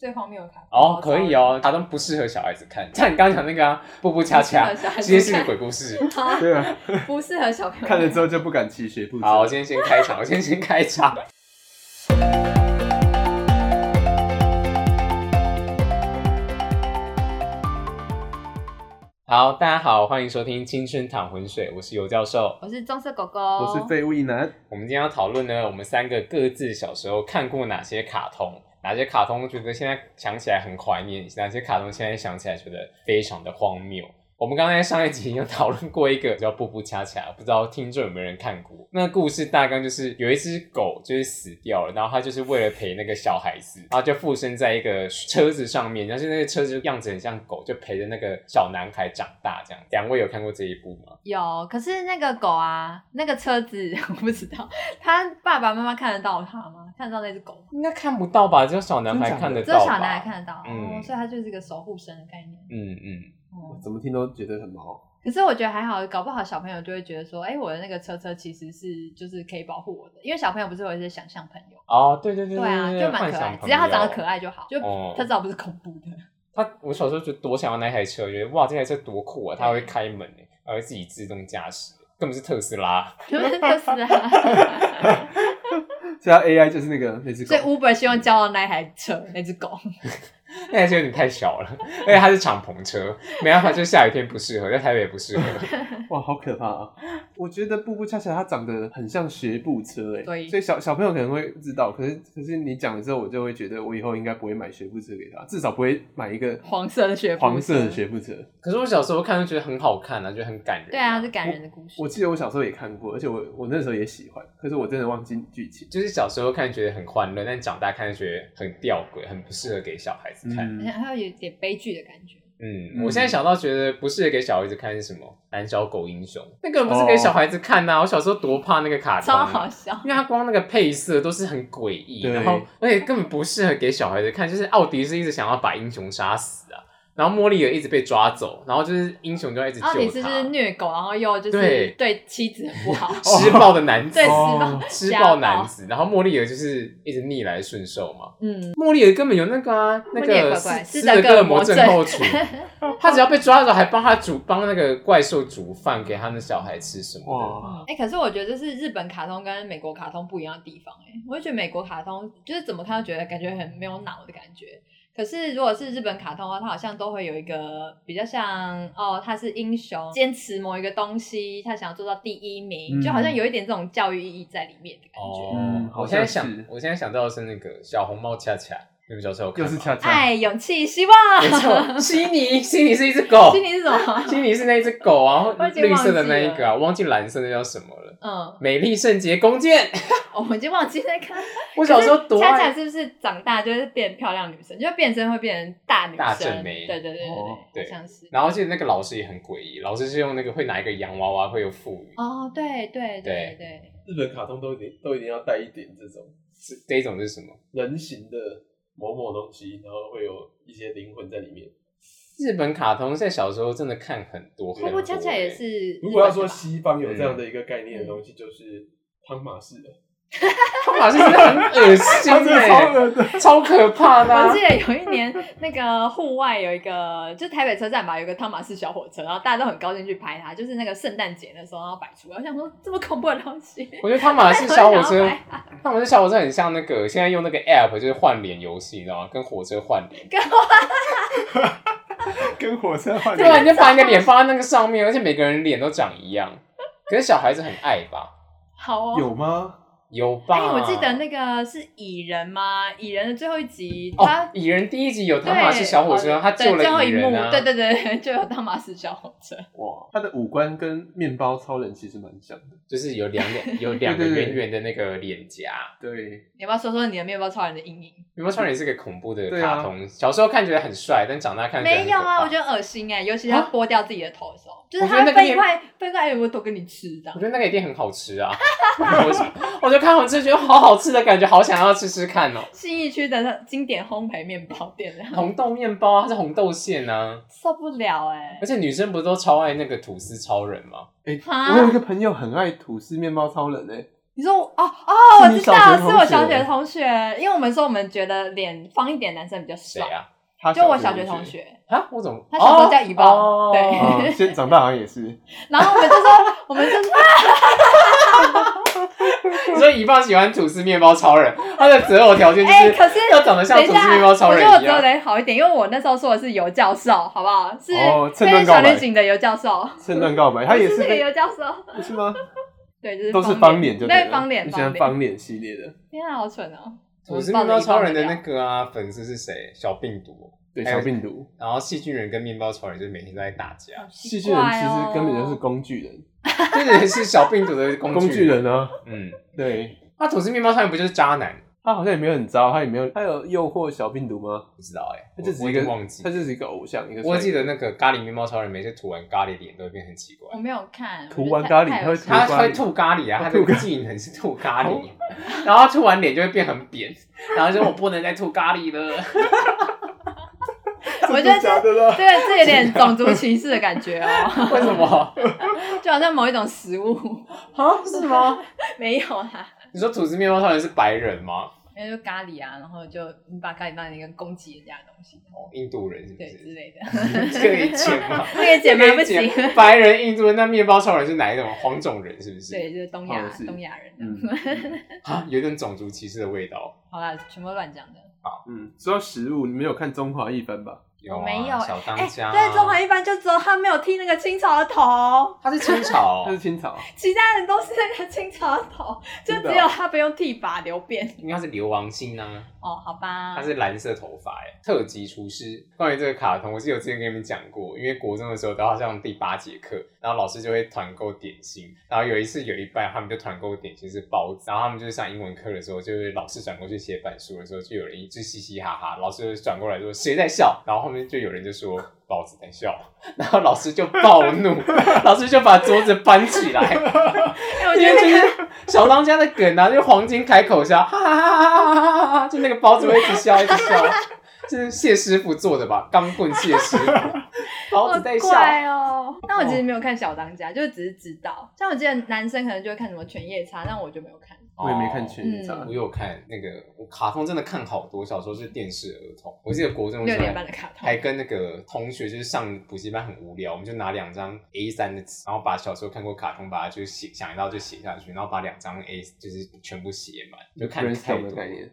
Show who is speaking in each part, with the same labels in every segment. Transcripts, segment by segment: Speaker 1: 最荒谬的卡通
Speaker 2: 哦，可以，哦，卡通不适合小孩子看。像你刚刚讲那个啊，步步恰 恰
Speaker 1: 不适合小，孩子看
Speaker 2: 其实是个鬼故事。
Speaker 1: 好
Speaker 3: 对啊，
Speaker 1: 不适合小朋友
Speaker 3: 看了之后就不敢骑学步车。
Speaker 2: 好，我今天先开场，我今天先开场。好，大家好，欢迎收听《青春淌浑水》，我是尤教授。
Speaker 1: 我是棕色狗狗，
Speaker 3: 我是废物一男，
Speaker 2: 我们今天要讨论呢，我们三个各自小时候看过哪些卡通，哪些卡通觉得现在想起来很怀念，哪些卡通现在想起来觉得非常的荒谬。我们刚才上一集有讨论过一个叫《步步恰恰》，不知道听众有没有人看过？那故事大纲就是有一只狗就是死掉了，然后它就是为了陪那个小孩子，然后就附身在一个车子上面，但是那个车子样子很像狗，就陪着那个小男孩长大这样。两位有看过这一部吗？
Speaker 1: 有，可是那个狗啊，那个车子 我不知道，他爸爸妈妈看得到他吗？看得到那只狗吗？
Speaker 2: 应该看不到吧？只有小男孩看得
Speaker 1: 只
Speaker 2: 到
Speaker 1: 有
Speaker 2: 吧？
Speaker 1: 小男孩看得到，
Speaker 2: 嗯
Speaker 1: 哦，所以它就是一个守护神的概念。
Speaker 2: 嗯嗯，
Speaker 1: 嗯，
Speaker 3: 怎么听都觉得很毛。
Speaker 1: 可是我觉得还好，搞不好小朋友就会觉得说，哎、我的那个车车其实是就是可以保护我的，因为小朋友不是有一些想象朋友，
Speaker 2: 哦，对对对
Speaker 1: 对啊，就蛮可爱，只要他长得可。爱就好，就
Speaker 2: 哦
Speaker 1: 他至少不是恐怖的。
Speaker 2: 幻想朋友他我小时候就多想要那台车，我觉得哇，这台车多酷啊！它会开门诶，它会自己自动驾驶，根本是特 斯拉。
Speaker 1: 就是啊，
Speaker 3: 所以它 AI 就是那个那只狗
Speaker 1: 所以，Uber 希望交到那台车那只狗，
Speaker 2: 那台车有点太小了，而且它是敞篷车，没办法，就下雨天不适合，在台北也 不适合。
Speaker 3: 哇，好可怕啊！我觉得步步恰恰它长得很像学步车哎、
Speaker 1: 对
Speaker 3: 所以小小朋友可能会不知道，可是可是你讲了之后，我就会觉得我以后应该不会买学步车给他，至少不会买一个
Speaker 1: 黄色的学步车
Speaker 3: 黄色的学步车。
Speaker 2: 可是我小时候看就觉得很好看啊，觉得很感 人。
Speaker 1: 对啊，是感人的故事
Speaker 3: 我。记得我小时候也看过，而且我我那时候也喜欢，可是我真的忘记剧情。
Speaker 2: 就是小时候看觉得很欢乐，但长大看就觉得很吊诡，很不适合给小孩子看。
Speaker 1: 而且还有有点悲剧的感觉，
Speaker 2: 嗯，
Speaker 3: 嗯
Speaker 2: 我现在想到觉得不适合给小孩子看是什么《胆小狗英雄》，那个不
Speaker 3: 哦
Speaker 2: 是给小孩子看呐、我小时候多怕那个卡通、
Speaker 1: 超
Speaker 2: 啊，
Speaker 1: 好笑。
Speaker 2: 因为它光那个配色都是很诡异，
Speaker 3: 对
Speaker 2: 然后而且根本不适合给小孩子看。就是奥迪是一直想要把英雄杀死啊，然后莫莉尔一直被抓走，然后就是英雄就要一直救
Speaker 1: 奥迪斯
Speaker 2: 他，
Speaker 1: 就是虐狗，然后又就是
Speaker 2: 对
Speaker 1: 对妻子很不 好，
Speaker 2: 施暴的男 子
Speaker 1: 对施。
Speaker 3: 哦
Speaker 1: 暴
Speaker 2: 施
Speaker 1: 家
Speaker 2: 暴男子，然后莫莉尔就是一直逆来顺受嘛。
Speaker 1: 嗯，
Speaker 2: 莫莉尔根本有那个啊，
Speaker 1: 莫
Speaker 2: 那
Speaker 1: 莉尔
Speaker 2: 个
Speaker 1: 乖乖
Speaker 2: 斯
Speaker 1: 斯
Speaker 2: 德
Speaker 1: 德
Speaker 2: 哥
Speaker 1: 哥
Speaker 2: 尔
Speaker 1: 尔
Speaker 2: 摩
Speaker 1: 摩
Speaker 2: 症
Speaker 1: 症
Speaker 2: 候群，他只要被抓到，还帮他煮帮那个怪兽煮饭给他的哦小孩吃什么
Speaker 3: 哇，
Speaker 1: 哎、可是我觉得这是日本卡通跟美国卡通不一样的地方、哎，我就觉得美国卡通就是怎么看都觉得感觉很没有脑的感觉。可是如果是日本卡通的话，它好像都会有一个比较像哦，他是英雄，坚持某一个东西，他想要做到第一名，
Speaker 3: 嗯
Speaker 1: 就好像有一点这种教育意义在里面的
Speaker 2: 的。
Speaker 1: 感觉。
Speaker 2: 哦
Speaker 3: 嗯，
Speaker 2: 我
Speaker 3: 好
Speaker 2: 现在
Speaker 3: 像
Speaker 2: 想
Speaker 3: 是，
Speaker 2: 我现在想到的是那个小红帽恰恰，你们小时候有看
Speaker 3: 又
Speaker 2: 吗
Speaker 3: 是恰 恰，
Speaker 1: 爱、哎勇气、希望，
Speaker 2: 没错，悉尼，悉尼是一只狗，
Speaker 1: 心里是什么？
Speaker 2: 悉尼是那一只狗啊，
Speaker 1: 我
Speaker 2: 然
Speaker 1: 已
Speaker 2: 后
Speaker 1: 经忘记
Speaker 2: 绿色的那一个啊，忘记蓝色的叫什么了。
Speaker 1: 嗯，哦
Speaker 2: 美丽圣洁弓箭，
Speaker 1: 我们就忘记那个。
Speaker 2: 我小时候多
Speaker 1: 恰恰
Speaker 2: 爱。
Speaker 1: 是不是长大就会变漂亮女生，就变身会变成大女生？
Speaker 2: 大正妹
Speaker 1: 对对对对
Speaker 3: 哦
Speaker 1: 对，
Speaker 2: 对
Speaker 1: 好像是。
Speaker 2: 然后记得那个老师也很诡异，老师是用那个会拿一个洋娃娃会有腹语，
Speaker 1: 哦，对对对
Speaker 2: 对
Speaker 1: 对，
Speaker 3: 日本卡通都一定都一定要带一点这种
Speaker 2: 是这一种是什么？
Speaker 3: 人形的某某东西，然后会有一些灵魂在里面。
Speaker 2: 日本卡通在小时候真的看很多，欸
Speaker 1: 不过恰恰也是。
Speaker 3: 如果要说，西方有这样的一个概念的东西，就是汤马士的，
Speaker 2: 他马是真的很恶心
Speaker 3: 它真的超
Speaker 2: 哎、
Speaker 3: 恶的。
Speaker 2: 超可怕的、
Speaker 1: 我
Speaker 2: 啊
Speaker 1: 记。得有一年那个户外有一个，就台北车站吧，有一个汤马士小火车，然后大家都很高兴去拍它，就是那个圣诞节的时候，然后摆出来，我想说这么恐怖的东西，
Speaker 2: 我觉得他马是小火
Speaker 1: 我
Speaker 2: 车
Speaker 1: 想要，
Speaker 2: 他马是小火车很像那个现在用那个 app 就是换脸游戏，你知道吗？跟火车换脸，
Speaker 3: 跟火车换
Speaker 2: 对啊，你就把你的脸放在那个上面，而且每个人脸都长一样。可是小孩子很爱吧？
Speaker 1: 好哦。
Speaker 3: 有吗？
Speaker 2: 有吧？
Speaker 1: 哎，我记得那个是蚁人吗？蚁人的最后一集，
Speaker 2: 哦
Speaker 1: 他，
Speaker 2: 蚁人第一集有
Speaker 1: 对
Speaker 2: 汤马士小火车，
Speaker 1: 哦
Speaker 2: 他救
Speaker 1: 对最后
Speaker 2: 了蚁
Speaker 1: 一
Speaker 2: 人
Speaker 1: 幕，
Speaker 2: 啊。
Speaker 1: 对对对， 就有汤马士小火车。
Speaker 3: 哇，它的五官跟面包超人其实蛮像的。
Speaker 2: 就是有两脸， 有两个
Speaker 3: 对对对
Speaker 2: 圆圆的那个脸颊。
Speaker 3: 对，
Speaker 1: 你要不要说说你的面包超人的阴影？
Speaker 2: 有没有超人也是个恐怖的
Speaker 3: 对啊
Speaker 2: 卡通？小时候看觉得很帅，但长大看觉得很
Speaker 1: 没有啊，
Speaker 2: 可怕
Speaker 1: 我觉得恶心哎、尤其他
Speaker 2: 啊
Speaker 1: 剥掉自己的头的时候，就是
Speaker 2: 我觉得
Speaker 1: 他会
Speaker 2: 那个
Speaker 1: 分一
Speaker 2: 面
Speaker 1: 块分一块，哎，我都给你吃这
Speaker 2: 我
Speaker 1: 样。
Speaker 2: 觉得那个一定很好吃啊！ 我就我就看完之后觉得好好吃的感觉，好想要吃吃看哦。
Speaker 1: 信义区的那经典烘焙面包店，然后
Speaker 2: 红豆面包啊，它是红豆馅啊，
Speaker 1: 受不了哎、
Speaker 2: 而且女生不都超爱那个吐司超人吗？
Speaker 3: 哎、
Speaker 1: 啊
Speaker 3: 我有一个朋友很爱吐司面包超人诶、
Speaker 1: 你说我哦哦，我
Speaker 3: 是你
Speaker 1: 知道，
Speaker 3: 小学
Speaker 1: 是
Speaker 3: 同
Speaker 1: 我小
Speaker 3: 学
Speaker 1: 学同学，因为我们说我们觉得脸方一点男生比较
Speaker 2: 谁
Speaker 1: 帅，
Speaker 2: 啊？
Speaker 3: 他
Speaker 1: 就我小学同。学，
Speaker 2: 啊，我怎么？
Speaker 1: 他小时候
Speaker 2: 哦
Speaker 1: 叫姨爸
Speaker 2: 哦
Speaker 1: 对
Speaker 3: 啊，现在长大好像也是，
Speaker 1: 然后我们就说， 我们就说，
Speaker 2: 所以一棒喜欢吐司面包超人，他的择偶条件就
Speaker 1: 哎、
Speaker 2: 是
Speaker 1: 可是
Speaker 2: 要长得像
Speaker 1: 等一
Speaker 2: 吐司
Speaker 1: 下，
Speaker 2: 面包超
Speaker 1: 我
Speaker 2: 人
Speaker 1: 觉得我
Speaker 2: 一
Speaker 1: 只有
Speaker 2: 样。
Speaker 1: 得好一点，因为我那时候说的是尤教授，好不好？是
Speaker 3: 哦趁
Speaker 1: 黑
Speaker 3: 乱
Speaker 1: 人
Speaker 3: 告
Speaker 1: 小
Speaker 3: 白
Speaker 1: 女警的尤教授，哦
Speaker 3: 趁乱告白，他也
Speaker 1: 是
Speaker 3: 是
Speaker 1: 那个
Speaker 3: 被
Speaker 1: 尤教授，
Speaker 3: 不是吗？
Speaker 1: 对，就是
Speaker 3: 都是
Speaker 1: 方
Speaker 3: 方脸就对
Speaker 1: 对
Speaker 3: 了，
Speaker 1: 方脸
Speaker 3: 你喜欢
Speaker 1: 方脸，
Speaker 3: 方脸系列的，
Speaker 1: 天啊，好蠢哦！
Speaker 2: 吐司面包超人的那个啊，粉丝是谁？小病毒。
Speaker 3: 对
Speaker 2: 还有
Speaker 3: 小病毒，
Speaker 2: 然后细菌人跟面包超人就是每天都在打 架，
Speaker 3: 戏剧人
Speaker 1: 哦
Speaker 3: 其实根本就是工具人，
Speaker 2: 这人是小病毒的工
Speaker 3: 工具。人啊，
Speaker 2: 嗯，
Speaker 3: 对
Speaker 2: 那吐司面包超人不就是渣男？
Speaker 3: 他好像也没有很糟，他也没有，他有诱惑小病毒吗？
Speaker 2: 不知道哎，
Speaker 3: 他就
Speaker 2: 我
Speaker 3: 只是
Speaker 2: 我
Speaker 3: 一
Speaker 2: 已
Speaker 3: 个
Speaker 2: 经忘记
Speaker 3: 他。就是一个偶像，一个帅哥
Speaker 2: 我记得那个咖喱面包超人每次涂完咖喱脸都会变很奇怪
Speaker 1: 我，没有看，
Speaker 3: 涂
Speaker 1: 我觉得
Speaker 3: 完
Speaker 1: 太
Speaker 3: 咖喱
Speaker 1: 太有
Speaker 3: 它会
Speaker 1: 趣
Speaker 3: 涂
Speaker 1: 了
Speaker 2: 他
Speaker 3: 完
Speaker 2: 会吐咖喱啊，他
Speaker 3: 吐咖
Speaker 2: 的
Speaker 3: 哦
Speaker 2: 技能是吐咖喱，然后吐完脸就会变很扁，然后就说我不能再吐咖喱 了。
Speaker 1: 我觉
Speaker 3: 真
Speaker 1: 得
Speaker 3: 的假的啦，
Speaker 1: 这个这有点种族歧视的感觉哦，
Speaker 2: 为什么？
Speaker 1: 就好像某一种食物
Speaker 2: 啊，是吗？
Speaker 1: 没有啦。
Speaker 2: 你说吐司面包超人是白人吗？
Speaker 1: 因为就咖喱啊，然后就你把咖喱当成一个攻击人家的东西，
Speaker 2: 哦，印度人是不
Speaker 1: 对之
Speaker 2: 是？
Speaker 1: 类的，
Speaker 2: 这可以剪吗？
Speaker 1: 那个姐妹不行。
Speaker 2: 剪白人、印度人，那面包超人是哪一种？黄种人是不是？
Speaker 1: 对，就是东亚
Speaker 3: 好像是
Speaker 1: 东亚人的。
Speaker 3: 嗯
Speaker 2: 啊，有一种种族歧视的味道。
Speaker 1: 好啦，全部乱讲的。
Speaker 3: 嗯，说到食物，你没有看《中华一番》吧？
Speaker 2: 有啊
Speaker 1: 我没有
Speaker 2: 小当
Speaker 1: 哎、
Speaker 2: 家啊、
Speaker 1: 对，中华一般就只有他没有剃那个清朝的头，
Speaker 2: 他是 清朝
Speaker 3: 他，是清朝，
Speaker 1: 其他人都是那个清朝的头，就
Speaker 3: 真的
Speaker 1: 只
Speaker 3: 哦
Speaker 1: 有他不用剃发留辫。
Speaker 2: 应该是流亡星啊。
Speaker 1: 哦，好吧。
Speaker 2: 他是蓝色头发哎，特级厨师。关于这个卡通，我记得我之前跟你们讲过，因为国中的时候都好像第八节课，然后老师就会团购点心，然后有一次有一班他们就团购点心是包子，然后他们就是上英文课的时候，就是老师转过去写板书的时候，就有人一直嘻嘻哈哈，老师就转过来说谁在笑，然后后面就有人就说包子在笑，然后老师就暴怒，老师就把桌子搬起来，
Speaker 1: 哎、我
Speaker 2: 因
Speaker 1: 觉
Speaker 2: 为
Speaker 1: 得
Speaker 2: 就
Speaker 1: 那个
Speaker 2: 是小当家的梗啊，就黄金开口笑，哈哈哈哈哈哈哈哈，就那个包子会一直笑，一直笑，这是谢师傅做的吧？钢棍谢师傅，包
Speaker 1: 好
Speaker 2: 子在笑，
Speaker 1: 怪哦。但我其实没有看小当家，就只是知道。像我记得男生可能就会看什么犬夜叉，但我就没有看。
Speaker 3: 我也没看《全夜叉
Speaker 2: 哦。
Speaker 1: 嗯
Speaker 2: 我有看那个，我卡通真的看好多，小时候是电视儿童，我记得国中的
Speaker 1: 六
Speaker 2: 时候
Speaker 1: 点半
Speaker 2: 还
Speaker 1: 的卡通
Speaker 2: 还， 跟那个同学就是上补习班很无聊，我们就拿两张 A 三的纸，然后把小时候看过卡通，把它就写想到就写下去，然后把两张 A 就是全部写满，就看太
Speaker 3: brainstorm
Speaker 2: 多
Speaker 3: 的概念。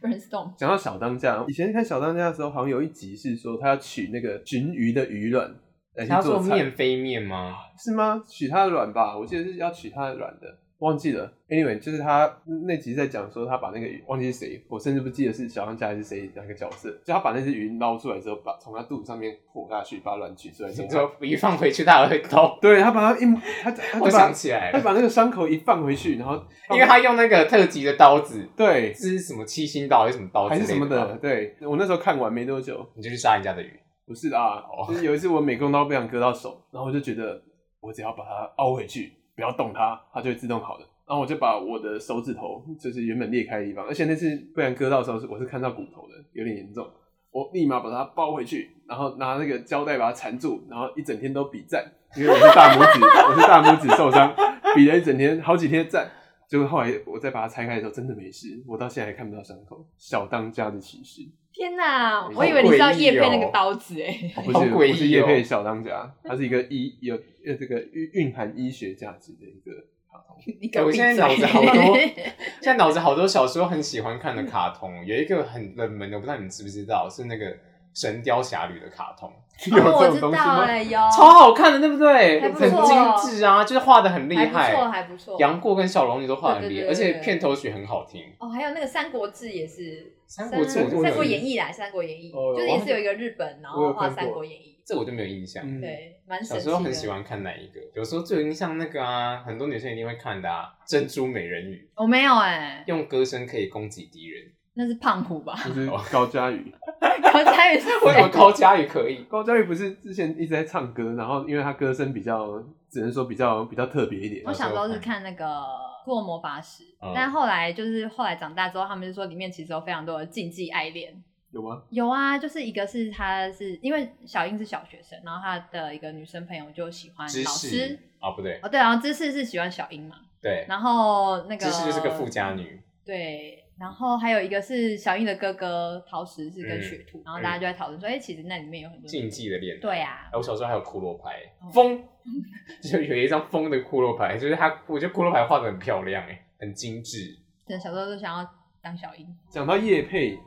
Speaker 1: brainstorm
Speaker 3: 讲到小当家，以前看小当家的时候，好像有一集是说他要取那个鲟鱼的鱼卵来去
Speaker 2: 他
Speaker 3: 做
Speaker 2: 做
Speaker 3: 菜，
Speaker 2: 面飞面吗？
Speaker 3: 是吗？取它的卵吧，我记得是要取它的卵的，忘记了。Anyway，就是他那集在讲说他把那个鱼，忘记是谁，我甚至不记得是小当家还是谁哪个角色，就他把那只鱼捞出来之后，把从他肚子上面活下去，把卵取出来之
Speaker 2: 你
Speaker 3: 后，
Speaker 2: 说一放回去，它还会痛。
Speaker 3: 对他把它一他他
Speaker 2: 我
Speaker 3: 就把
Speaker 2: 想起来
Speaker 3: 他
Speaker 2: 了，
Speaker 3: 把那个伤口一放回去，然后
Speaker 2: 因为他用那个特级的刀子，哎
Speaker 3: 对
Speaker 2: 这是什么七星刀还是什么刀之
Speaker 3: 还
Speaker 2: 类
Speaker 3: 是什么
Speaker 2: 的
Speaker 3: 的，
Speaker 2: 吧，
Speaker 3: 对我那时候看完没多久，
Speaker 2: 你就去杀人家的鱼。
Speaker 3: 不是啊，
Speaker 2: 哦
Speaker 3: 就是有一次我美工刀不想割到手，然后我就觉得我只要把它凹回去，不要动它，它就会自动好的。然后我就把我的手指头，就是原本裂开的地方，而且那次不然割到的时候是我是看到骨头的，有点严重。我立马把它包回去，然后拿那个胶带把它缠住，然后一整天都比赞，因为我是大拇指，我是大拇指受伤，比了一整天好几天赞。结果后来我再把它拆开的时候，真的没事，我到现在还看不到伤口。小当家的骑士，
Speaker 1: 天哪，
Speaker 3: 好
Speaker 1: 我以为你是要
Speaker 2: 诡异
Speaker 1: 叶片
Speaker 2: 哦
Speaker 1: 那个刀子 哎、
Speaker 3: 哦不
Speaker 2: 好
Speaker 3: 是，
Speaker 2: 诡异
Speaker 3: 不是叶
Speaker 2: 哦
Speaker 3: 佩小嗯当家，它是一个医有呃这个蕴蕴含医学价值的一个卡通。
Speaker 1: 你给我
Speaker 2: 哎我
Speaker 1: 闭
Speaker 2: 现在脑子
Speaker 1: 嘴
Speaker 2: 好多 现在脑子好多小时候很喜欢看的卡通，有一个很冷门的，我不知道你们知不知道，是那个《神雕侠侣》的卡通，
Speaker 1: 哦，我
Speaker 3: 有这
Speaker 1: 知
Speaker 3: 种东西
Speaker 1: 道
Speaker 3: 吗？
Speaker 1: 哎、有
Speaker 2: 超好看的，对不对？
Speaker 1: 还不
Speaker 2: 很
Speaker 1: 错
Speaker 2: 精致啊，就是画的很厉
Speaker 1: 还不错，
Speaker 2: 害。
Speaker 1: 还不错。
Speaker 2: 杨过跟小龙女都画得很厉
Speaker 1: 对
Speaker 2: 害，
Speaker 1: 对
Speaker 2: 而
Speaker 1: 对对
Speaker 2: 且片头曲很好听。
Speaker 1: 哦，还有那个《三国志》也是，
Speaker 2: 三国志
Speaker 1: 三
Speaker 2: 我就没有
Speaker 1: 三国演义》啦，《三国演义
Speaker 3: 哦》
Speaker 1: 就是也是有一个日本，然
Speaker 3: 我
Speaker 1: 后
Speaker 3: 有
Speaker 1: 画
Speaker 3: 看
Speaker 1: 《三
Speaker 3: 过
Speaker 1: 国演义
Speaker 2: 这我就没有印象。
Speaker 3: 嗯》，，
Speaker 1: 对，蛮神
Speaker 2: 小
Speaker 1: 奇
Speaker 2: 时
Speaker 1: 的。
Speaker 2: 候很喜欢看哪一个？有时候最有印象那个啊，很多女生一定会看的啊，《珍珠美人鱼
Speaker 1: 我没有哎》，，
Speaker 2: 用歌声可以攻击敌 人。
Speaker 1: 那是胖虎吧？
Speaker 3: 就是高佳宇。
Speaker 1: 高佳宇是
Speaker 2: 为什
Speaker 1: 谁？
Speaker 2: 么高佳宇可以？
Speaker 3: 高佳宇不是之前一直在唱歌，然后因为他歌声比较，只能说比较比较特别一点
Speaker 1: 我。小时候是看那个《库洛魔法使》
Speaker 2: 嗯
Speaker 1: 但后来就是后来长大之后，他们就说里面其实有非常多的禁忌爱恋。
Speaker 3: 有吗？
Speaker 1: 有啊，就是一个是他是因为小英是小学生，然后他的一个女生朋友就喜欢
Speaker 2: 知
Speaker 1: 老
Speaker 2: 识
Speaker 1: 师，
Speaker 2: 啊，不对，
Speaker 1: 哦对，然后芝士是喜欢小英嘛，
Speaker 2: 对，
Speaker 1: 然后那个
Speaker 2: 芝士就是个富家女，
Speaker 1: 对，然后还有一个是小樱的哥哥陶石是跟雪兔，然后大家就在讨论说，哎、其实那里面有很多
Speaker 2: 嗯禁忌的恋爱。
Speaker 1: 对啊呀、
Speaker 2: 哎我小时候还有骷髅牌
Speaker 1: 哦，
Speaker 2: 风， 就有一张风的骷髅牌，就是它，我觉得骷髅牌画的很漂亮，哎，很精致。
Speaker 1: 真的小时候都想要当小樱，
Speaker 3: 讲到叶配，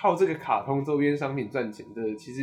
Speaker 3: 靠这个卡通周边商品赚钱的，其实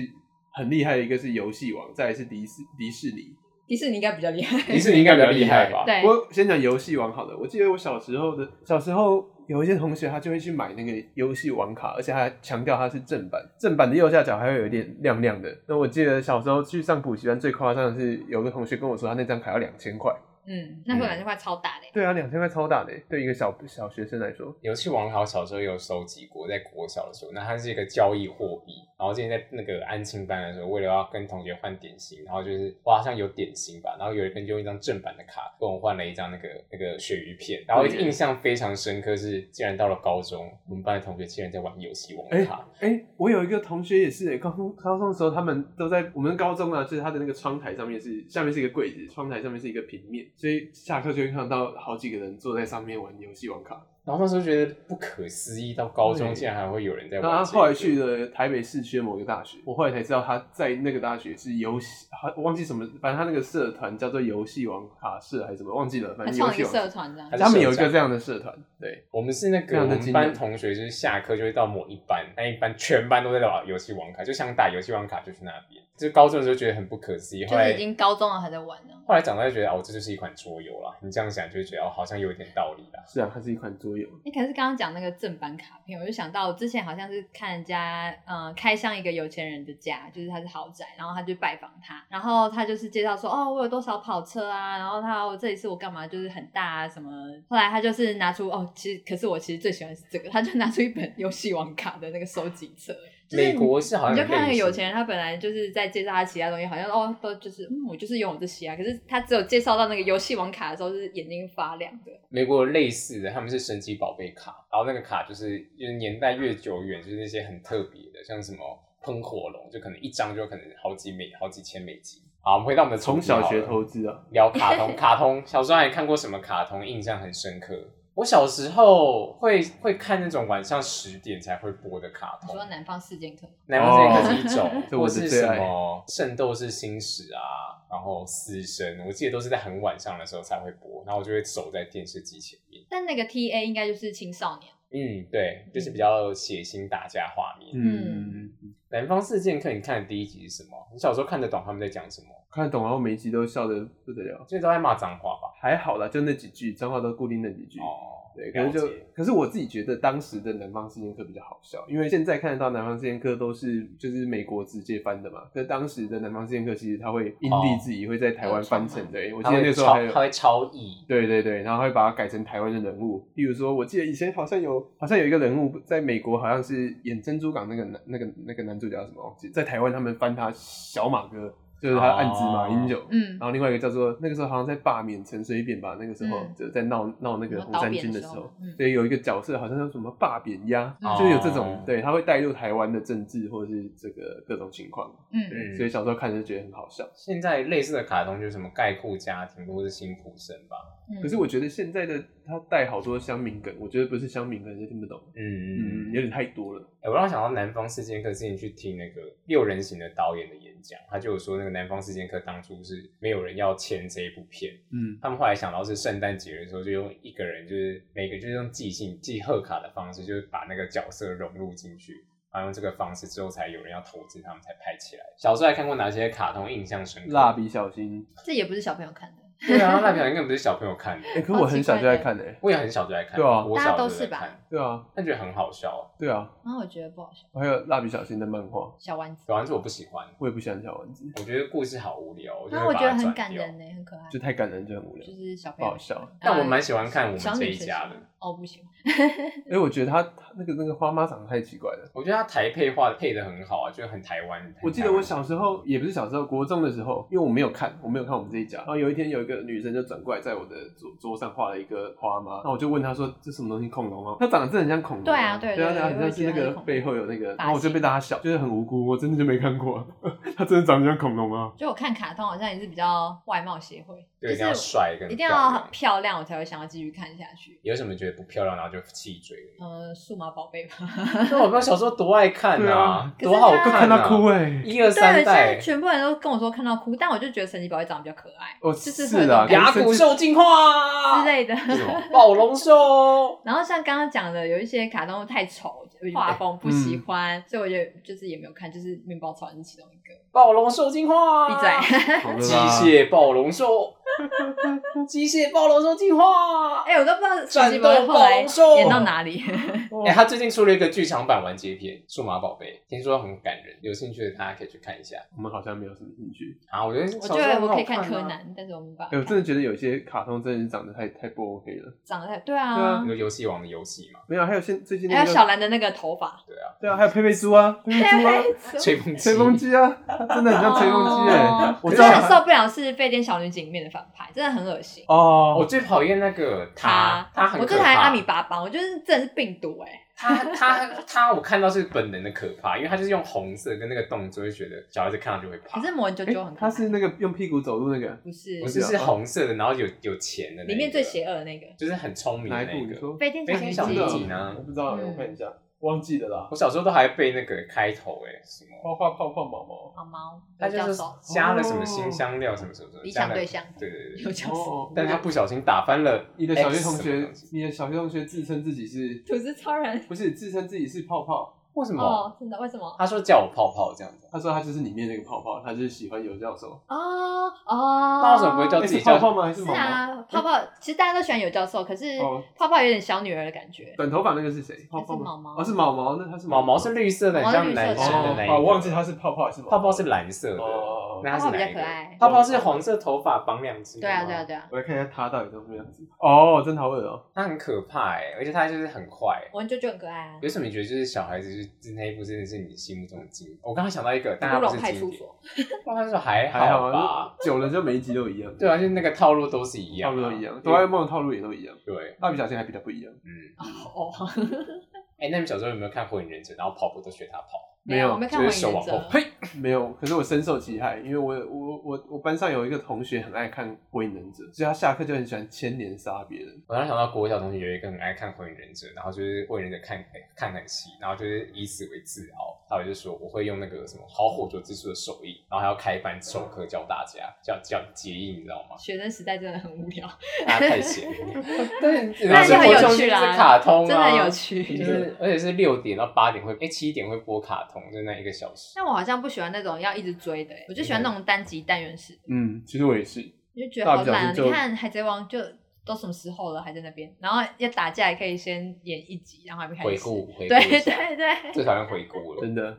Speaker 3: 很厉害的一个是游戏王，再来是迪士迪士尼。
Speaker 1: 迪士尼应该比较厉害。
Speaker 2: 迪士尼应该比较厉害吧？
Speaker 1: 对
Speaker 3: 不，过先讲游戏王好了，我记得我小时候的小时候。有一些同学他就会去买那个游戏王卡，而且还强调它是正版，正版的右下角还会有一点亮亮的。那我记得小时候去上补习班最夸张的是，有个同学跟我说他那张卡要两千块，
Speaker 1: 嗯，那时候感觉快超大的、
Speaker 3: 对啊，两千块超大的耶，对一个小小学生来说，
Speaker 2: 游戏王卡我小时候有收集过，在国小的时候，那它是一个交易货币。然后之前在那个安亲班的时候，为了要跟同学换点心，然后就是我好像有点心吧，然后有人用一张正版的卡跟我换了一张那个那个鳕鱼片，然后
Speaker 3: 对
Speaker 2: 印象非常深刻是，竟然到了高中，我们班的同学竟然在玩游戏王
Speaker 3: 哎
Speaker 2: 卡，
Speaker 3: 哎、我有一个同学也是、高中高中的时候，他们都在我们高中啊，就是他的那个窗台上面是下面是一个柜子，窗台上面是一个平面，所以下课就会看到好几个人坐在上面玩游戏王卡。
Speaker 2: 然后那时候觉得不可思议，到高中
Speaker 3: 对
Speaker 2: 竟然还会有人在
Speaker 3: 然
Speaker 2: 玩、
Speaker 3: 后他后来去，了台北市区的某个大学，我后来才知道他在那个大学是游戏，好我忘记什么，反正他那个社团叫做游戏王卡社还是什么，忘记了，反
Speaker 1: 他
Speaker 3: 正游
Speaker 1: 创一
Speaker 3: 戏
Speaker 1: 个
Speaker 3: 王
Speaker 1: 社团这样
Speaker 2: 他。是
Speaker 3: 他们有一
Speaker 2: 社
Speaker 3: 个
Speaker 2: 长
Speaker 3: 这样的社团，对，
Speaker 2: 我们是那
Speaker 3: 非
Speaker 2: 个我
Speaker 3: 常的
Speaker 2: 们
Speaker 3: 惊
Speaker 2: 班
Speaker 3: 人
Speaker 2: 同学，就是下课就会到某一班，那一班全班都在打游戏王卡，就想打游戏王卡就去那边。就是高中的时候觉得很不可思议，后
Speaker 1: 就是
Speaker 2: 来
Speaker 1: 已经高中了还在玩呢，
Speaker 2: 后来长大就觉得哦，这就是一款桌游啦。你这样想就会觉得哦，好像有一点道理啦。
Speaker 3: 是啊，它是一款桌游，
Speaker 1: 你、可是刚刚讲那个正版卡片，我就想到我之前好像是看人家，呃，开箱一个有钱人的家，就是他是豪宅，然后他就拜访他，然后他就是介绍说，哦，我有多少跑车啊，然后他我这一次我干嘛就是很大啊什么，后来他就是拿出，哦，其实可是我其实最喜欢是这个，他就拿出一本游戏王卡的那个收集册，就是你
Speaker 2: 美国是好像
Speaker 1: 你就
Speaker 2: 有
Speaker 1: 看那
Speaker 2: 类
Speaker 1: 个有
Speaker 2: 似
Speaker 1: 钱人，他本来就是在介绍他其他东西，好像哦都就是嗯，我就是拥有这些啊。可是他只有介绍到那个游戏王卡的时候，是眼睛发亮的。
Speaker 2: 美国有类似的，他们是神奇宝贝卡，然后那个卡就是就是年代越久远，就是那些很特别的，像什么喷火龙，就可能一张就可能好几美好几千美金。好，我们回到我们的主
Speaker 3: 从
Speaker 2: 题
Speaker 3: 小
Speaker 2: 好
Speaker 3: 学
Speaker 2: 了
Speaker 3: 投资啊，
Speaker 2: 聊卡 通，卡通小时候还看过什么卡通印象很深刻？我小时候会会看那种晚上十点才会播的卡
Speaker 1: 你
Speaker 2: 通
Speaker 1: 说，哦南方四剑客，
Speaker 2: 南方这个是一种，
Speaker 3: 这
Speaker 2: 或
Speaker 3: 我的
Speaker 2: 是
Speaker 3: 最
Speaker 2: 什
Speaker 3: 爱
Speaker 2: 么《圣斗士星矢》啊，然后《私生》，我记得都是在很晚上的时候才会播，然后我就会守在电视机前面。
Speaker 1: 但那个 T A 应该就是青少年，
Speaker 2: 嗯，对，就是比较血腥打架画面。
Speaker 1: 嗯
Speaker 3: 嗯，
Speaker 2: 南方四剑客》你看的第一集是什么？你小时候看得懂他们在讲什么？
Speaker 3: 看得懂，然后每一集都笑得不得了。
Speaker 2: 就是都在骂脏话吧？
Speaker 3: 还好啦，就那几句，脏话都固定那几句。
Speaker 2: 哦，
Speaker 3: 嗯对，可是
Speaker 2: 了
Speaker 3: 就
Speaker 2: 解
Speaker 3: 可是我自己觉得当时的南方四剑客比较好笑，因为现在看得到南方四剑客都是就是美国直接翻的嘛，可是当时的南方四剑客其实他会因地制宜，会在台湾翻成的。我记
Speaker 2: 他
Speaker 3: 得
Speaker 2: 会
Speaker 3: 那时候还
Speaker 2: 超
Speaker 3: 有
Speaker 2: 他。会超译，
Speaker 3: 对对对，然后会把它改成台湾的人物，比如说，我记得以前好像有，好像有一个人物在美国，好像是演珍珠港那个男、那个、那个男主角叫什么忘记，在台湾他们翻他小马哥，就是他暗指马英九，
Speaker 1: 嗯
Speaker 3: 然，后另外一个叫做那个时候好像在罢免陈水扁吧，那个时候
Speaker 1: 嗯
Speaker 3: 就在闹闹那个红三军的时
Speaker 1: 什么倒扁的时
Speaker 3: 候
Speaker 1: 候嗯，
Speaker 3: 对，有一个角色好像叫什么罢扁鸭
Speaker 1: 嗯，
Speaker 3: 就是有这种
Speaker 2: 哦，
Speaker 3: 对，他会带入台湾的政治或者是这个各种情况，
Speaker 1: 嗯，
Speaker 2: 嗯
Speaker 3: 对，所以小时候看就觉得很好笑。
Speaker 2: 现在类似的卡通就是什么盖库家庭或是辛普森吧？
Speaker 1: 嗯
Speaker 3: 可是我觉得现在的他带好多乡民梗，我觉得不是乡民梗就听不懂，
Speaker 2: 嗯
Speaker 3: 嗯，有点太多了。
Speaker 2: 欸我让我想到《南方四剑客》之前去听那个六人行的导演的演讲，他就有说那个《南方四剑客》当初是没有人要签这一部片，
Speaker 3: 嗯，
Speaker 2: 他们后来想到是圣诞节的时候，就用一个人就是每个就是用寄信寄贺卡的方式，就是把那个角色融入进去，然后用这个方式之后才有人要投资，他们才拍起来。小时候还看过哪些卡通印象深刻？
Speaker 3: 蜡笔小新，
Speaker 1: 这也不是小朋友看的，
Speaker 2: 对啊，蜡笔小新根本不是小朋友看的，
Speaker 3: 哎，可我很小就在看诶，
Speaker 2: 我也很小就在看，
Speaker 3: 对啊
Speaker 2: 我
Speaker 1: 大
Speaker 2: 小
Speaker 1: 家都
Speaker 2: 就在
Speaker 1: 是吧
Speaker 2: 看，
Speaker 3: 对啊，
Speaker 2: 但觉得很好笑。
Speaker 3: 对啊，
Speaker 1: 然后我觉得不好笑，
Speaker 3: 还有蜡笔小新的漫画，
Speaker 1: 小丸子，
Speaker 2: 小丸子我不喜欢，
Speaker 3: 我也不喜欢小丸子，
Speaker 2: 我觉得故事好无聊，我就
Speaker 1: 然后
Speaker 2: 会
Speaker 1: 我
Speaker 2: 把
Speaker 1: 觉
Speaker 2: 它
Speaker 1: 得很
Speaker 2: 转
Speaker 1: 感
Speaker 2: 掉
Speaker 1: 人呢，很可爱，
Speaker 3: 就太感人就很无聊
Speaker 1: 就。是小朋
Speaker 3: 不
Speaker 1: 友呃
Speaker 3: 好笑，
Speaker 2: 但我蛮喜欢看我们
Speaker 1: 小
Speaker 2: 这
Speaker 1: 女
Speaker 2: 一
Speaker 1: 学
Speaker 2: 家
Speaker 1: 生
Speaker 2: 的
Speaker 1: 哦，不行，嗯
Speaker 3: 哎，我觉得他他那个那个花妈长得太奇怪了。
Speaker 2: 我觉得他台配画配的很好啊，就是很台湾。很
Speaker 3: 我记
Speaker 2: 台
Speaker 3: 得
Speaker 2: 湾
Speaker 3: 我小时候也不是小时候，国中的时候，因为我没有看，我没有看我们这一家。然后有一天有个女生就转过来，在我的桌桌上画了一个花妈，那我就问她说：“这什么东西？恐龙吗？”它长得真的很像恐龙。
Speaker 1: 对啊对
Speaker 3: 对
Speaker 1: 对
Speaker 3: 啊，
Speaker 1: 对
Speaker 3: 啊，
Speaker 1: 我也
Speaker 3: 像
Speaker 1: 觉得
Speaker 3: 是那
Speaker 1: 它是
Speaker 3: 个
Speaker 1: 恐龙
Speaker 3: 背后有那个，
Speaker 1: 发
Speaker 3: 然后我就被大家笑，就是很无辜，我真的就没看过，它真的长得像恐龙啊。
Speaker 1: 就我看卡通好像也是比较外貌协会，
Speaker 2: 就一定
Speaker 1: 就
Speaker 2: 要
Speaker 1: 是
Speaker 2: 帅跟
Speaker 1: 一定
Speaker 2: 漂
Speaker 1: 要
Speaker 2: 亮
Speaker 1: 很漂亮，我才会想要继续看下去。
Speaker 2: 有什么觉得不漂亮，然后就弃追？
Speaker 1: 呃，数码宝贝吧，
Speaker 2: 那我们小时候多爱看
Speaker 3: 对
Speaker 2: 啊
Speaker 3: 啊，
Speaker 1: 可是
Speaker 2: 多好
Speaker 1: 他
Speaker 2: 看、啊，
Speaker 3: 看到哭哎、
Speaker 2: 一二
Speaker 1: 对，现
Speaker 2: 三代
Speaker 1: 在，全部人都跟我说看到哭，但我就觉得神奇宝贝长得比较可爱
Speaker 3: 哦，
Speaker 1: 就是
Speaker 3: 是
Speaker 1: 会有
Speaker 3: 啊
Speaker 1: 这种
Speaker 2: 牙骨兽进化
Speaker 1: 之类 的。
Speaker 2: 什么暴 龙兽，
Speaker 1: 然后像刚刚讲的，有一些卡通太丑，
Speaker 2: 哎
Speaker 1: 画风
Speaker 2: 嗯
Speaker 1: 不喜欢，所以我就就是也没有看，就是面包超人是其中一个。
Speaker 2: 暴龙兽进化，
Speaker 1: 闭嘴！
Speaker 3: 好了
Speaker 2: 机
Speaker 3: 啦
Speaker 2: 械暴龙兽，机械暴龙兽进化。
Speaker 1: 哎、我都不知道神奇宝贝后来
Speaker 2: 战斗暴兽
Speaker 1: 演到哪里。
Speaker 2: 哎、他最近出了一个剧场版完结篇《数码宝贝》，听说很感人，有兴趣的大家可以去看一下。
Speaker 3: 我们好像没有什么兴趣。
Speaker 2: 啊，我觉得
Speaker 1: 我
Speaker 2: 小
Speaker 1: 觉
Speaker 2: 时候
Speaker 1: 得
Speaker 2: 很
Speaker 1: 我
Speaker 2: 好
Speaker 1: 可以看
Speaker 2: 看
Speaker 1: 柯
Speaker 2: 啊，
Speaker 1: 南，但是我没办
Speaker 3: 哎、
Speaker 1: 法
Speaker 3: 我真的觉得有些卡通真的是长得太太不 OK 了。
Speaker 1: 长得太对
Speaker 3: 对
Speaker 1: 啊
Speaker 3: 啊
Speaker 2: 那。个游戏王的游戏嘛，
Speaker 3: 没有，还有现最近
Speaker 1: 还
Speaker 3: 那
Speaker 1: 有
Speaker 3: 个
Speaker 1: 小兰的那个头发，
Speaker 2: 对啊，
Speaker 3: 对啊，还有佩佩猪啊，佩佩 猪啊，
Speaker 2: 吹风机，
Speaker 3: 吹风机啊，真的很像吹风机哎、
Speaker 1: 哦我
Speaker 3: 我知
Speaker 1: 真的很
Speaker 3: 道
Speaker 1: 受不了是《飞天小女警》里面的反派，真的很恶心。
Speaker 3: 哦，
Speaker 2: 我最讨厌那个他，他很
Speaker 1: 我
Speaker 2: 可
Speaker 1: 最讨厌
Speaker 2: 怕
Speaker 1: 阿米巴巴，我觉得真的是病毒哎、
Speaker 2: 他他他，我看到是本能的可怕，因为他就是用红色跟那个动作，就觉得小孩子看到就会怕
Speaker 1: 可。是魔人啾
Speaker 3: 哎
Speaker 1: 啾很可
Speaker 3: 他
Speaker 1: 爱，
Speaker 3: 是那个用屁股走路那个
Speaker 1: 不是
Speaker 2: 不是
Speaker 3: 啊
Speaker 2: 是
Speaker 3: 哦
Speaker 2: 红色的，然后有有钱的那一个
Speaker 1: 里面最邪恶的那个
Speaker 2: 就是很聪明
Speaker 3: 哪
Speaker 2: 的
Speaker 3: 一部？
Speaker 2: 那
Speaker 3: 你
Speaker 2: 个。
Speaker 3: 说
Speaker 1: 飞天
Speaker 2: 飞天
Speaker 1: 小
Speaker 2: 小
Speaker 1: 女
Speaker 2: 女
Speaker 1: 警
Speaker 3: 啊
Speaker 2: 警。呢
Speaker 3: 我不知道，
Speaker 1: 嗯
Speaker 3: 我看一下，忘记了啦
Speaker 2: 我。小时候都还背那个开头哎、什么
Speaker 3: 画画泡泡毛毛，
Speaker 1: 毛毛，
Speaker 2: 他
Speaker 1: 刘
Speaker 2: 就
Speaker 1: 教
Speaker 2: 是
Speaker 1: 授，
Speaker 2: 加了什
Speaker 3: 哦
Speaker 2: 么新香料什么什么什么，
Speaker 1: 理
Speaker 2: 加
Speaker 1: 想
Speaker 2: 了
Speaker 1: 对象，
Speaker 2: 对对对
Speaker 1: 刘
Speaker 2: 对，
Speaker 1: 教授，
Speaker 3: 哦
Speaker 2: 但他不小心打翻了
Speaker 3: 你的小学
Speaker 2: X
Speaker 3: 同
Speaker 2: 什么
Speaker 3: 学
Speaker 2: 东西，
Speaker 3: 你的小学同学自称自己是，
Speaker 1: 吐司超人。
Speaker 3: 不是自称自己是泡泡？
Speaker 2: 为什么？
Speaker 1: 哦，真的？为什么？
Speaker 2: 他说叫我泡泡这样子，
Speaker 3: 他说他就是里面那个泡泡，他就是喜欢尤教授。
Speaker 1: 哦哦，
Speaker 2: 那为什么不会叫
Speaker 3: 哎
Speaker 2: 自己
Speaker 3: 是
Speaker 2: 叫
Speaker 3: 泡泡吗？还是
Speaker 1: 是
Speaker 3: 毛毛？
Speaker 1: 啊，泡泡其实大家都喜欢有教授，可是
Speaker 3: 哦
Speaker 1: 泡泡有点小女儿的感觉。
Speaker 3: 短头发那个是谁？泡
Speaker 1: 是
Speaker 3: 泡吗
Speaker 1: 毛毛
Speaker 3: 哦，是毛毛，那他是
Speaker 2: 毛毛是绿色的，
Speaker 1: 毛
Speaker 2: 很
Speaker 1: 是
Speaker 2: 像
Speaker 1: 绿色的
Speaker 2: 男生的那一个。
Speaker 3: 哦，我忘记他是泡泡还是毛毛
Speaker 2: 泡泡是蓝色的，
Speaker 3: 哦
Speaker 2: 那他
Speaker 1: 泡
Speaker 2: 是
Speaker 1: 泡比
Speaker 2: 哪
Speaker 1: 较
Speaker 2: 一
Speaker 1: 可爱
Speaker 2: 个？泡泡是黄色头发绑两只，
Speaker 1: 对啊，对啊，，啊对啊。
Speaker 3: 我来看一下他到底长什么样子。哦，真的好恶哦、
Speaker 2: 他很可怕哎，而且他就是很快。
Speaker 1: 我们啾啾很可爱啊。
Speaker 2: 有什么你觉得就是小孩子就是那一部真的是你心目中的经典？我刚刚想到一个，但
Speaker 1: 乌
Speaker 2: 它不
Speaker 1: 龙
Speaker 2: 是
Speaker 1: 派
Speaker 2: 经
Speaker 1: 出
Speaker 2: 典。
Speaker 1: 所，
Speaker 2: 乌龙派出所还
Speaker 3: 还好
Speaker 2: 好吧？
Speaker 3: 啊，久了就每一集都一样，
Speaker 2: 对啊，就是那个套路都是一
Speaker 3: 套
Speaker 2: 样
Speaker 3: 路
Speaker 2: 啊，
Speaker 3: 都一样，哆啦 A 梦的套路也都一样，
Speaker 2: 对，
Speaker 3: 蜡笔小新还比较不一样。
Speaker 2: 嗯，
Speaker 1: 哦，
Speaker 2: 哎，那你们小时候有没有看《火影忍者》？然后跑步都学他跑，
Speaker 1: 没
Speaker 3: 有
Speaker 1: 有，我没看
Speaker 2: 就
Speaker 1: 过
Speaker 2: 是
Speaker 1: 《火影忍
Speaker 2: 手往
Speaker 1: 者
Speaker 2: 后》，嘿，
Speaker 3: 没有，可是我深受其害，因为我我我我班上有一个同学很爱看《火影忍者》，所以他下课就很喜欢牵连杀别人。
Speaker 2: 我刚想到国小同学有一个很爱看《火影忍者》，然后就是《火影忍者看》哎看很细，然后就是以此为自豪，还有就是说我会用那个什么好火球之术的手艺，然后还要开班授课教大家，叫叫结义，你知道吗？
Speaker 1: 学生时代真的很无聊，
Speaker 2: 大家太 闲 了，但是
Speaker 1: 但
Speaker 3: 是很有
Speaker 1: 趣啦
Speaker 2: 是卡通、啊，
Speaker 1: 真的很有
Speaker 2: 就
Speaker 1: 趣。
Speaker 2: 是而且是六点到八点会，哎、七点会播卡通，就那一个小时。
Speaker 1: 但我好 像不喜欢那种要一直追的，欸我就喜欢那种单集单元式的，
Speaker 3: 嗯，其实我也是，
Speaker 1: 我就觉得好
Speaker 3: 大不
Speaker 1: 懒
Speaker 3: 了
Speaker 1: 啊。
Speaker 3: 就
Speaker 1: 你看《海贼王》就都什么时候了，还在那边，然后要打架也可以先演一集，然后还没开始。
Speaker 2: 回顾回顾
Speaker 1: 对
Speaker 2: 一下
Speaker 1: 对对，
Speaker 2: 最讨厌回顾了。
Speaker 3: 真 的。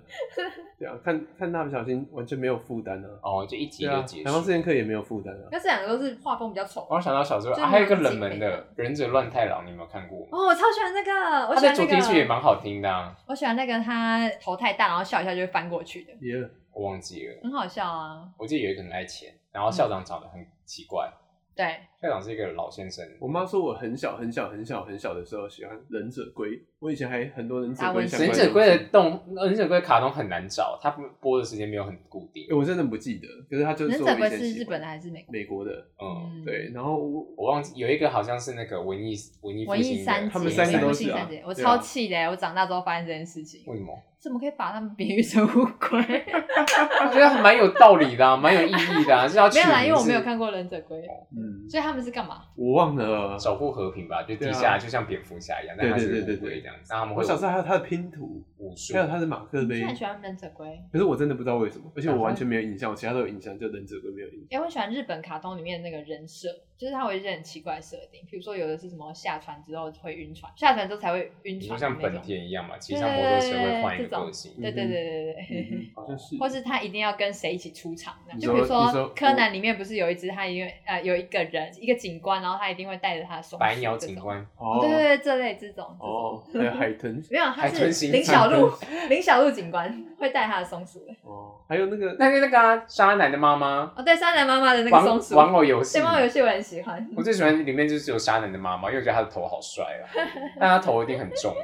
Speaker 3: 对啊，看看蜡笔小新完全没有负担啊。
Speaker 2: 哦，就一集
Speaker 3: 对
Speaker 2: 就
Speaker 3: 啊
Speaker 2: 结，
Speaker 3: 海王
Speaker 2: 束。
Speaker 3: 之前课也没有负担啊。
Speaker 1: 那这两个都是画风比较丑哦
Speaker 2: 我。想到小时候、
Speaker 1: 就是
Speaker 2: 啊还有一个
Speaker 1: 蛮精
Speaker 2: 冷
Speaker 1: 美
Speaker 2: 门
Speaker 1: 的
Speaker 2: 的《忍者乱太郎》，你有没有看过吗？
Speaker 1: 哦，我超喜欢那个，我
Speaker 2: 它
Speaker 1: 喜
Speaker 2: 的
Speaker 1: 欢
Speaker 2: 主
Speaker 1: 那
Speaker 2: 题曲也
Speaker 1: 个，
Speaker 2: 蛮好听的、啊，
Speaker 1: 我喜欢那个他头太大，然后笑一下就会翻过去的，
Speaker 3: 耶、
Speaker 2: 我忘记了。
Speaker 1: 很好笑啊。
Speaker 2: 我记得有一个很爱钱，然后
Speaker 1: 嗯
Speaker 2: 校长长得很奇怪，
Speaker 1: 对，
Speaker 2: 校长是一个老先生。
Speaker 3: 我妈说我很小很小很小很小的时候喜欢忍者龟，我以前还很多忍者
Speaker 1: 达
Speaker 3: 龟
Speaker 1: 文
Speaker 3: 相
Speaker 1: 西
Speaker 2: 啊忍
Speaker 3: 关的
Speaker 2: 者龟的
Speaker 3: 东西
Speaker 2: 动，忍者龟的卡通很难找，它播的时间没有很固定
Speaker 3: 欸。我真的不记得，可是他就是
Speaker 1: 忍
Speaker 3: 说
Speaker 1: 者
Speaker 3: 我以
Speaker 1: 龟
Speaker 3: 前
Speaker 1: 是
Speaker 3: 喜
Speaker 1: 日
Speaker 3: 欢
Speaker 1: 本的还是美国？
Speaker 3: 美国的，
Speaker 2: 嗯，
Speaker 1: 嗯，
Speaker 3: 对，然后我
Speaker 2: 我忘记有一个好像是那个文艺文艺复
Speaker 1: 文
Speaker 2: 兴的
Speaker 1: 艺三姐，
Speaker 3: 他们三个都是
Speaker 1: 文艺
Speaker 3: 啊
Speaker 1: 三姐，我
Speaker 3: 对啊
Speaker 1: 超气的、我长大之后发现这件事情，
Speaker 2: 为什么？
Speaker 1: 怎么可以把他们比喻成乌 龟？
Speaker 2: 我觉得还蛮有道理的、啊，蛮有意义的、啊，是要
Speaker 1: 没
Speaker 2: 去
Speaker 1: 有啦，因为我没有看过忍者龟，
Speaker 3: 嗯，
Speaker 1: 所以他们是干嘛？
Speaker 3: 我忘了。
Speaker 2: 守护和平吧，就地
Speaker 3: 对
Speaker 2: 下、
Speaker 3: 啊
Speaker 2: 就像蝙蝠侠一样，
Speaker 3: 对
Speaker 2: 但它
Speaker 3: 对
Speaker 2: 是
Speaker 3: 对对
Speaker 2: 乌龟
Speaker 3: 对
Speaker 2: 这样子，那他们
Speaker 3: 我
Speaker 2: 会
Speaker 3: 小时候还有他的拼图，
Speaker 2: 武术
Speaker 3: 还，有他的马克
Speaker 1: 我
Speaker 3: 杯
Speaker 1: 很，喜欢忍者龟。
Speaker 3: 可是我真的不知道为什么，而且我
Speaker 1: 嗯
Speaker 3: 完全没有印象，我其他都有印象，就忍者龟没有印象。
Speaker 1: 哎、我很喜欢日本卡通里面那个人设，就是它有一些很奇怪的设定，比如说有的是什么下船之后会晕船，下船之后才会晕
Speaker 2: 你
Speaker 1: 船
Speaker 2: 说
Speaker 1: 的那
Speaker 2: 像本
Speaker 1: 种。
Speaker 2: 田一样嘛，骑上摩托车会换一个个性，
Speaker 1: 对对对对对对，
Speaker 3: 嗯好像是。
Speaker 1: 或是他一定要跟谁一起出场那样，
Speaker 3: 你
Speaker 1: 就比如
Speaker 3: 说你说
Speaker 1: 柯南里面不是有一只他一定呃有一个人一个警官，然后他一定会带着他的松鼠
Speaker 2: 白鸟
Speaker 1: 这种
Speaker 2: 警，官，
Speaker 3: 哦
Speaker 1: 对对对，这类这种这种。
Speaker 3: 哦，还有海豚，
Speaker 1: 没有，他
Speaker 2: 海豚
Speaker 1: 是
Speaker 2: 刑
Speaker 1: 林
Speaker 2: 警
Speaker 1: 小璐，林小璐警官，会带他的松鼠、欸。
Speaker 3: 哦，还有那个
Speaker 2: 那那那个啊沙奶的妈妈，
Speaker 1: 哦，对，三奶妈妈的那个松
Speaker 2: 玩
Speaker 1: 鼠，
Speaker 2: 玩偶游戏
Speaker 1: 对，，玩偶游戏我很喜欢。
Speaker 2: 我最喜欢里面就是有沙奶的妈妈，因为我觉得她的头好帅 啊，但她头一定很重。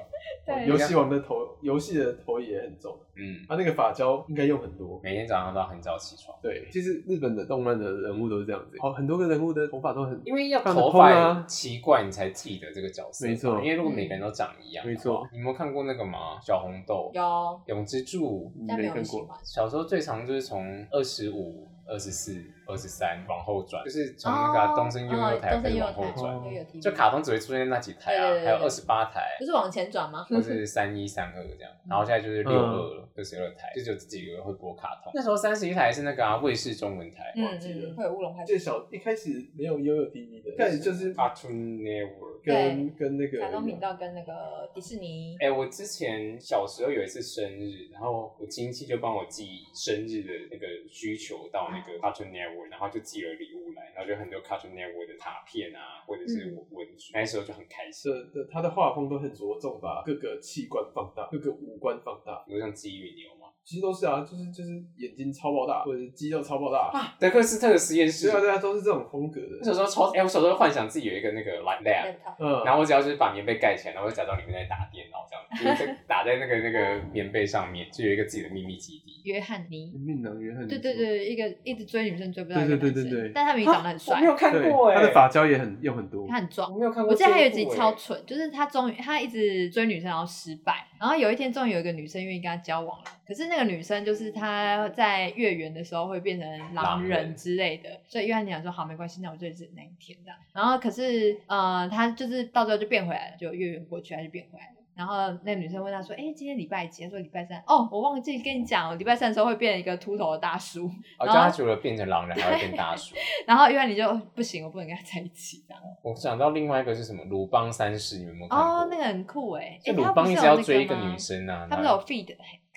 Speaker 1: 对，
Speaker 3: 游戏王的头，游戏的头也很重，
Speaker 2: 嗯，
Speaker 3: 他、那个发胶应该用很多。
Speaker 2: 每天早上都要很早起床，
Speaker 3: 对，其实日本的动漫的人物都是这样子，哦，很多个人物的头发都很，
Speaker 2: 因为要
Speaker 3: 放得
Speaker 2: 头
Speaker 3: 蓬
Speaker 2: 发
Speaker 3: 啊
Speaker 2: 奇怪你才记得这个角色嘛。
Speaker 3: 没错
Speaker 2: 因为如果每个人都长一样，
Speaker 3: 没错。
Speaker 2: 你有没有看过那个吗？小红豆、
Speaker 1: 有，
Speaker 2: 永之助，
Speaker 1: 但没
Speaker 3: 没
Speaker 1: 有人
Speaker 3: 看
Speaker 1: 喜
Speaker 3: 过，
Speaker 1: 欢。
Speaker 2: 小时候最常就是从二十五、二十四、二十三往后转，就是从那个啊东森幼幼台
Speaker 1: 哦
Speaker 2: 开
Speaker 1: 东
Speaker 2: 始
Speaker 1: 森幼
Speaker 2: 往
Speaker 1: 幼
Speaker 2: 后
Speaker 1: 台
Speaker 2: 转，
Speaker 1: 有有提
Speaker 2: 就卡通只会出现那几台啊，
Speaker 1: 对对对
Speaker 2: 还有
Speaker 1: 对
Speaker 2: 二十八台，
Speaker 1: 不是往前转吗？
Speaker 2: 或是三一三二这样，然后现在就是六二了，六十二台，就只有这几个会播卡通。那时候三十一台是那个啊卫视中文台，
Speaker 1: 嗯
Speaker 3: 忘记了
Speaker 1: 嗯，会有乌龙派出
Speaker 3: 最小一开始没有悠悠 TV 的，开始就是
Speaker 2: 啊 Cartoon Network。
Speaker 3: 跟跟那个
Speaker 1: 卡通频道跟那个迪士尼
Speaker 2: 哎、我之前小时候有一次生日，然后我亲戚就帮我寄生日的那个需求到那个 Cartoon Network，然后就寄了礼物来，然后就很多 Cartoon Network 的卡片啊，或者是文具，那时候就很开心，
Speaker 3: 这这他的画风都很着重把各个器官放大，各个五官放大，
Speaker 2: 比如像鸡与牛嘛，
Speaker 3: 其实都是啊，就是就是眼睛超爆大，或者是肌肉超爆大，
Speaker 2: 德克斯特的实验室
Speaker 3: 对。啊对啊，都是这种风格
Speaker 2: 我
Speaker 3: 的。
Speaker 2: 小时候超，哎、我小时候幻想自己有一个那个 lab，
Speaker 1: laptop。
Speaker 3: 嗯，
Speaker 2: 然后我只要就是把棉被盖起来，然后就假装里面在打电脑这样， 就是在打在那个那个棉被上面，就有一个自己的秘密基地。
Speaker 1: 约翰尼，
Speaker 3: 命囊约翰尼，
Speaker 1: 对对对，一个一直追女生追不到一个
Speaker 3: 对对
Speaker 1: 男
Speaker 3: 对
Speaker 1: 生
Speaker 3: 对啊对
Speaker 1: 但他明明长得很帅，
Speaker 2: 啊有看欸
Speaker 3: 对，他
Speaker 1: 欸
Speaker 3: 的发胶也很用很多
Speaker 1: 他，很壮
Speaker 2: 我。没有看过
Speaker 1: 我
Speaker 2: 这
Speaker 1: 记得
Speaker 2: 一部欸。
Speaker 1: 还有一集超蠢，就是他终于他一直追女生，然后失败，然后有一天终于有一个女生愿意跟他交往了，可是那个女生就是他在月圆的时候会变成
Speaker 2: 狼
Speaker 1: 狼
Speaker 2: 人
Speaker 1: 人之类的，所以约翰尼讲说好没关系，那我就只那一天这样。然后可是呃，他就是到最后就变回来了，就月圆过去他就变回来了。然后那女生问他说：“哎、今天礼拜几？”他说：“礼拜三。”哦，我忘记跟你讲，我礼拜三的时候会变一个秃头的大叔。
Speaker 2: 哦，
Speaker 1: 然
Speaker 2: 就
Speaker 1: 后
Speaker 2: 他除了变成狼人，还会变 大叔。
Speaker 1: 然后约翰尼就哦不行，我不能跟他在一起这样。
Speaker 2: 我想到另外一个是什么？鲁邦三世，你们有没有看过？
Speaker 1: 哦，那个很酷哎、
Speaker 2: 就
Speaker 1: 欸，
Speaker 2: 鲁
Speaker 1: 他不
Speaker 2: 邦
Speaker 1: 是
Speaker 2: 一
Speaker 1: 有
Speaker 2: 直要追一个
Speaker 1: 那吗
Speaker 2: 女生啊，
Speaker 1: 他不是
Speaker 2: 然后
Speaker 1: 有 feed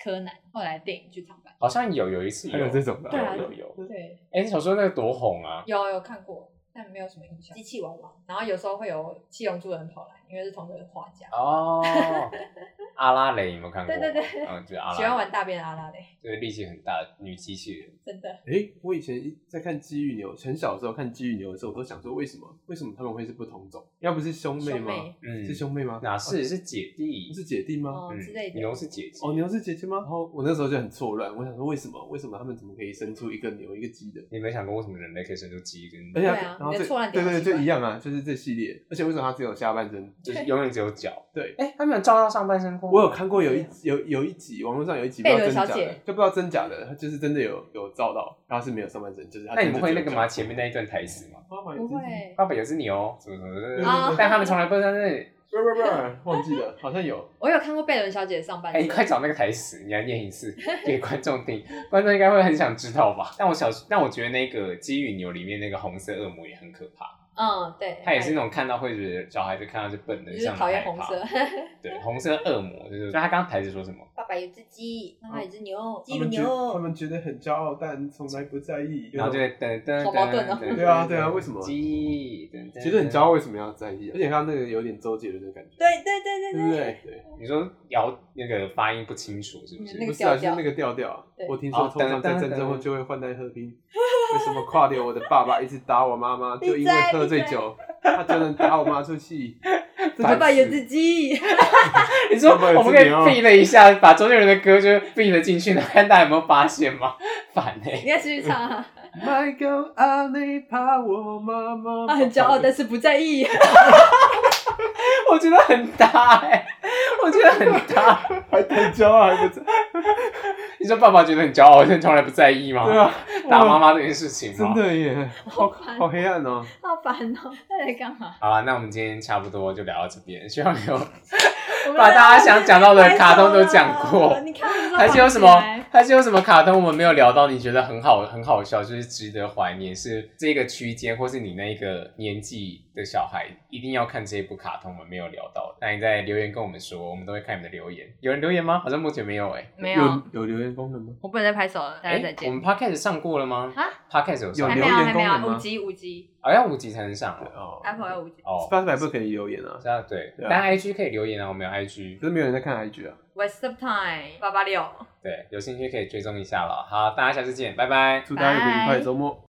Speaker 1: 柯南，后来电影剧场版。
Speaker 2: 好像有有一次
Speaker 3: 还有这种的，
Speaker 1: 对啊
Speaker 2: 有有有。
Speaker 1: 对，
Speaker 2: 哎，小时候那个多红啊！
Speaker 1: 有有看过，但没有什么印象。机器娃娃，然后有时候会有七龙珠的人跑来，因为是同一个画家，
Speaker 2: 哦，阿拉蕾有没有看过？
Speaker 1: 对对对
Speaker 2: 嗯，就是阿
Speaker 1: 喜欢
Speaker 2: 拉蕾，
Speaker 1: 玩大便的阿拉蕾，
Speaker 2: 就是力气很大的女机器人。
Speaker 1: 真的。
Speaker 3: 诶，我以前一在看《鸡与牛》，很小的时候看《鸡与牛》的时候，我都想说为什么为什么他们会是不同种？要不是兄妹
Speaker 1: 兄
Speaker 3: 吗？
Speaker 1: 妹
Speaker 2: 嗯，
Speaker 3: 是兄妹吗？
Speaker 2: 哪
Speaker 3: 哦
Speaker 2: 是是姐弟？
Speaker 3: 是姐弟吗？
Speaker 1: 哦
Speaker 2: 嗯
Speaker 1: 之类的
Speaker 2: 牛是姐姐。
Speaker 3: 哦，牛是姐姐吗？然后我那时候就很错乱，我想说为什么为什么他们怎么可以生出一个牛一个鸡的？
Speaker 2: 你没想过为什么人类可以生出鸡跟，
Speaker 3: 而且、
Speaker 1: 对啊
Speaker 3: 然后
Speaker 1: 你的
Speaker 3: 这
Speaker 1: 错乱
Speaker 3: 对
Speaker 1: 点
Speaker 3: 对
Speaker 1: 很
Speaker 3: 对，
Speaker 1: 奇
Speaker 3: 就
Speaker 1: 怪
Speaker 3: 一样啊，就是这系列。而且为什么它只有下半身？
Speaker 2: 就是永远只有脚？
Speaker 3: 对，
Speaker 2: 哎、他们有照到上半身过吗
Speaker 3: 我有看过有一有有一集，网络上有一集不
Speaker 1: 贝
Speaker 3: 知道
Speaker 1: 伦
Speaker 3: 真假
Speaker 1: 小姐
Speaker 3: 的，就不知道真假的，它就是真的有有照到，然后是没有上半啊身，就是它
Speaker 2: 那你
Speaker 3: 真的
Speaker 2: 们会
Speaker 3: 只
Speaker 2: 那
Speaker 3: 有
Speaker 2: 个
Speaker 3: 脚
Speaker 2: 吗？？前面那一段台词吗？
Speaker 3: 妈妈也
Speaker 1: 不
Speaker 3: 是
Speaker 1: 会，
Speaker 2: 爸爸也是牛，什么什么什
Speaker 1: 啊
Speaker 2: 么，但他们从来不知道是。
Speaker 3: 不不不，忘记了，好 像有。
Speaker 1: 我有看过贝伦小姐的上半
Speaker 2: 哎、
Speaker 1: 身。
Speaker 2: 你快找那个台词，你来念一次给观众听，观众应该会很想知道吧？但我小，但我觉得那个《鸡与牛》里面那个红色恶魔也很可怕，
Speaker 1: 嗯，对。
Speaker 2: 他也是那种看到会觉得小孩子看到是笨的，
Speaker 1: 就
Speaker 2: 很
Speaker 1: 是
Speaker 2: 像
Speaker 1: 讨厌
Speaker 2: 害
Speaker 1: 红
Speaker 2: 怕
Speaker 1: 色。。
Speaker 2: 对，红色恶魔就是。那他刚刚台词说什么？
Speaker 1: 爸爸有只鸡，妈妈有只牛，
Speaker 3: 他
Speaker 1: 鸡
Speaker 3: 们觉他
Speaker 1: 牛。
Speaker 3: 们觉得很骄傲，但从来不在意。
Speaker 2: 然后就
Speaker 3: 有
Speaker 2: 会噔噔
Speaker 1: 好矛盾哦
Speaker 2: 噔噔。
Speaker 3: 对啊对啊为什么
Speaker 2: 鸡噔
Speaker 3: 种
Speaker 2: 噔
Speaker 3: 觉得很骄傲，为什么要在意、啊？而且他那个有点周杰伦的感觉，
Speaker 1: 对对对对
Speaker 3: 对不对？对，
Speaker 2: 你说摇那个发音不清楚是不是？
Speaker 1: 嗯那个
Speaker 3: 不是
Speaker 1: 调
Speaker 3: 啊，就是
Speaker 1: 调
Speaker 3: 那个调调啊。
Speaker 1: 对
Speaker 3: 我听说
Speaker 2: 哦
Speaker 3: 通常在战争后就会患难和平。为什么跨流我的爸爸一直打我妈妈，就因为喝醉酒，他就能打我妈 出气。这
Speaker 1: 爸爸有
Speaker 3: 就是
Speaker 1: 只鸡，
Speaker 2: 你说
Speaker 3: 要不然
Speaker 2: 我们可以
Speaker 3: 自己哦
Speaker 2: f 了一下，把周杰伦的歌就 f 了进去，然后看大家有没有发现吗？烦哎、
Speaker 1: 你要继续唱啊！
Speaker 3: My girl，阿内怕我妈 妈。
Speaker 1: 他啊很骄傲，但是不在意。
Speaker 2: 我觉得很搭哎、我觉得很搭。
Speaker 3: 还很骄傲， 还不在。
Speaker 2: 你说爸爸觉得很骄傲，但从来不在意吗？
Speaker 3: 对啊，
Speaker 2: 打妈
Speaker 3: 哇，
Speaker 2: 妈这件事情
Speaker 3: 真
Speaker 2: 吗？
Speaker 3: 的耶，好
Speaker 1: 烦
Speaker 3: 好黑暗哦。
Speaker 1: 好烦哦，他在干嘛？
Speaker 2: 好了，那我们今天差不多就聊到这边，希望有
Speaker 1: 我们
Speaker 2: 把大家想讲到的卡通都讲过。
Speaker 1: 你看我们都
Speaker 2: 还是有什么
Speaker 1: 绑起来？
Speaker 2: 还是有什么卡通我们没有聊到？你觉得很好，很好笑，就是值得怀念，是这个区间或是你那个年纪的小孩一定要看这一部卡通，我们没有聊到的。那你在留言跟我们说，我们都会看你们的留言。有人留言吗？好像目前没有哎、
Speaker 1: 没有，
Speaker 3: 有留言功能吗？
Speaker 1: 我不能再拍手了，大
Speaker 2: 哎，
Speaker 1: 家再
Speaker 2: 我
Speaker 1: 见。
Speaker 2: 们 podcast 上过了吗
Speaker 1: 啊
Speaker 2: ？podcast 有上
Speaker 1: 还
Speaker 2: 吗
Speaker 1: 没有，
Speaker 3: 留言
Speaker 1: 还没
Speaker 3: 功能
Speaker 1: 有，
Speaker 3: 吗
Speaker 1: 五级，五级，
Speaker 2: 啊、好像五级才能上哦
Speaker 3: 哦
Speaker 1: Apple 要五级
Speaker 2: 哦，
Speaker 3: Spotify 不可以留言啊，
Speaker 2: 这样对，
Speaker 3: 对啊
Speaker 2: 但 IG 可以留言啊，我们有 IG，
Speaker 3: 可是没有人在看 IG 啊。
Speaker 1: ，Waste of Time 八八六。
Speaker 2: 对，有兴趣可以追踪一下了。好，大家下次见，拜拜。
Speaker 3: 祝大家有个愉快
Speaker 1: 拜
Speaker 3: 的周末。